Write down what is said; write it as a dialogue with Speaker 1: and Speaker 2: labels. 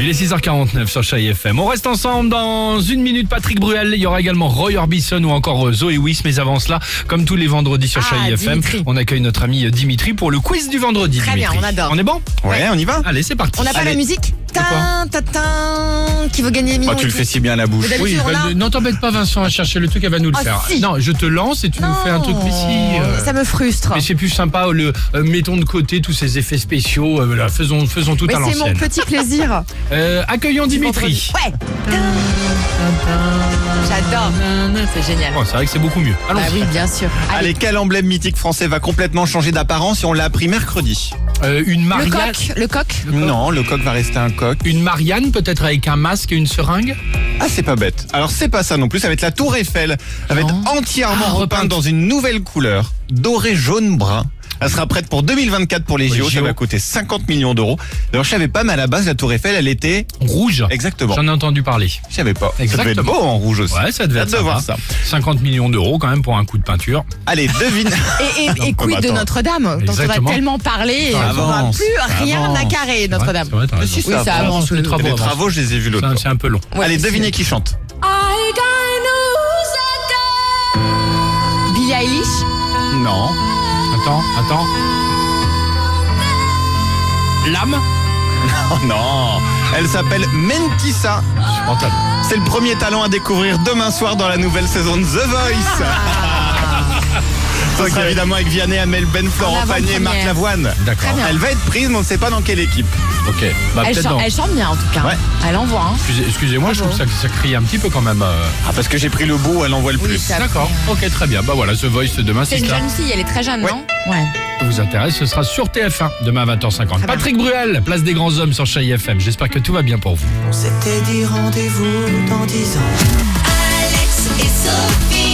Speaker 1: est 6h49 sur Chai FM. On reste ensemble dans une minute. Patrick Bruel, il y aura également Roy Orbison ou encore euh, Zoé Wiss. Mais avant cela, comme tous les vendredis sur
Speaker 2: Ah,
Speaker 1: Chai FM,
Speaker 2: Dimitri.
Speaker 1: on accueille notre ami euh, Dimitri pour le quiz du vendredi.
Speaker 2: Très bien,
Speaker 1: Dimitri.
Speaker 2: on adore.
Speaker 1: On est bon
Speaker 3: Ouais, on y va
Speaker 1: Allez, c'est parti.
Speaker 2: On n'a pas la
Speaker 1: Allez. Bah,
Speaker 2: musique Tin, tin, tin, qui veut gagner millions
Speaker 3: Oh, tu
Speaker 2: et
Speaker 3: le
Speaker 2: tout.
Speaker 3: fais si bien à la bouche.
Speaker 2: Mais d'habitude,
Speaker 1: Oui,
Speaker 2: on a-
Speaker 1: euh, ne t'embête pas Vincent à chercher le truc, elle va nous le
Speaker 2: Ah,
Speaker 1: faire.
Speaker 2: si.
Speaker 1: Non, je te lance et tu nous fais un truc. Mais si,
Speaker 2: Non,
Speaker 1: euh,
Speaker 2: Ça me frustre.
Speaker 1: mais c'est plus sympa, le, euh, mettons de côté tous ces effets spéciaux, euh, voilà, faisons, faisons tout
Speaker 2: Mais
Speaker 1: à
Speaker 2: c'est mon
Speaker 1: l'ancienne.
Speaker 2: petit plaisir.
Speaker 1: Euh, accueillons Dimitri.
Speaker 2: Ouais. J'adore. C'est génial.
Speaker 1: Bon, Oh, c'est vrai que c'est beaucoup mieux. Allons.
Speaker 2: Bah oui, bien sûr.
Speaker 3: Allez,
Speaker 2: Allez,
Speaker 3: quel emblème mythique français va complètement changer d'apparence et on l'a appris mercredi
Speaker 1: Euh, une
Speaker 2: Ah, le
Speaker 1: Marianne,
Speaker 2: coq, le coq.
Speaker 3: Non, le coq va rester un coq.
Speaker 1: une Marianne peut-être avec un masque et une seringue.
Speaker 3: Ah, c'est pas bête. Alors, c'est pas ça non plus, ça va être la tour Eiffel. Elle va être
Speaker 1: Non.
Speaker 3: entièrement
Speaker 1: Ah, repeinte.
Speaker 3: repeinte dans une nouvelle couleur, doré jaune-brun. Elle sera prête pour 2024 pour les
Speaker 1: Pour les
Speaker 3: JO, ça
Speaker 1: JO.
Speaker 3: va coûter 50 millions d'euros. Alors, je savais pas, mais à la base, la tour Eiffel, elle était...
Speaker 1: Rouge.
Speaker 3: Exactement.
Speaker 1: Ah, J'en ai entendu parler.
Speaker 3: Je savais pas. Ça devait être
Speaker 1: Exactement.
Speaker 3: beau en rouge aussi.
Speaker 1: Ouais, ça devait
Speaker 3: Hâte
Speaker 1: être
Speaker 3: de
Speaker 1: sympa.
Speaker 3: voir ça.
Speaker 1: 50 millions d'euros quand même pour un coup de peinture.
Speaker 3: Allez, devine...
Speaker 2: Et, et,
Speaker 3: Non,
Speaker 2: et
Speaker 3: bah,
Speaker 2: quid de
Speaker 3: attends.
Speaker 2: Notre-Dame dont on
Speaker 1: Exactement.
Speaker 2: a tellement parlé et on n'aura
Speaker 3: Avance,
Speaker 2: plus rien à
Speaker 3: avance.
Speaker 2: carrer Notre-Dame.
Speaker 1: Ouais, c'est vrai, t'as
Speaker 3: Mais
Speaker 1: raison.
Speaker 3: si,
Speaker 2: Oui,
Speaker 3: ça
Speaker 2: ça avance.
Speaker 3: avance.
Speaker 1: Les
Speaker 2: oui.
Speaker 1: travaux.
Speaker 3: Les
Speaker 1: avance.
Speaker 3: travaux, je les ai vus
Speaker 1: C'est un-
Speaker 3: l'autre
Speaker 1: C'est un peu long.
Speaker 2: Ouais,
Speaker 3: Allez,
Speaker 2: c'est
Speaker 3: devinez qui chante.
Speaker 2: Billie Eilish.
Speaker 3: Non.
Speaker 1: Attends, attends. L'âme
Speaker 3: Oh non Elle s'appelle Mentissa.
Speaker 1: Supportable.
Speaker 3: C'est le premier talent à découvrir demain soir dans la nouvelle saison de The Voice.
Speaker 2: Ah.
Speaker 3: Ça sera évidemment avec Vianney, Amel Ben, Florent Pagné et Marc
Speaker 2: avant-première.
Speaker 3: Lavoine.
Speaker 1: D'accord.
Speaker 2: Très bien.
Speaker 3: Elle va être prise, mais on ne sait pas dans quelle équipe.
Speaker 1: Ok. Bah,
Speaker 2: Elle,
Speaker 1: peut-être
Speaker 2: chan-
Speaker 1: dans-
Speaker 2: elle chante bien en tout cas.
Speaker 3: Ouais.
Speaker 2: Elle envoie. Hein.
Speaker 1: Excusez- Excusez-moi, je trouve ça, ça crie un petit peu quand même. euh.
Speaker 3: Ah, parce que j'ai pris le bout, elle envoie le
Speaker 2: Oui,
Speaker 3: plus.
Speaker 2: ça-
Speaker 1: D'accord. Ok, très bien. Bah voilà, ce voice demain,
Speaker 2: C'est
Speaker 1: si
Speaker 2: une
Speaker 1: ça
Speaker 2: jeune fille, elle est très jeune,
Speaker 3: Ouais.
Speaker 2: non Ouais.
Speaker 1: vous intéresse, ce sera sur TF1 demain à 20h50. Patrick Bruel, place des grands hommes sur Chai FM. J'espère que tout va bien pour vous.
Speaker 4: On s'était dit rendez-vous dans dix ans.
Speaker 5: Alex et Sophie.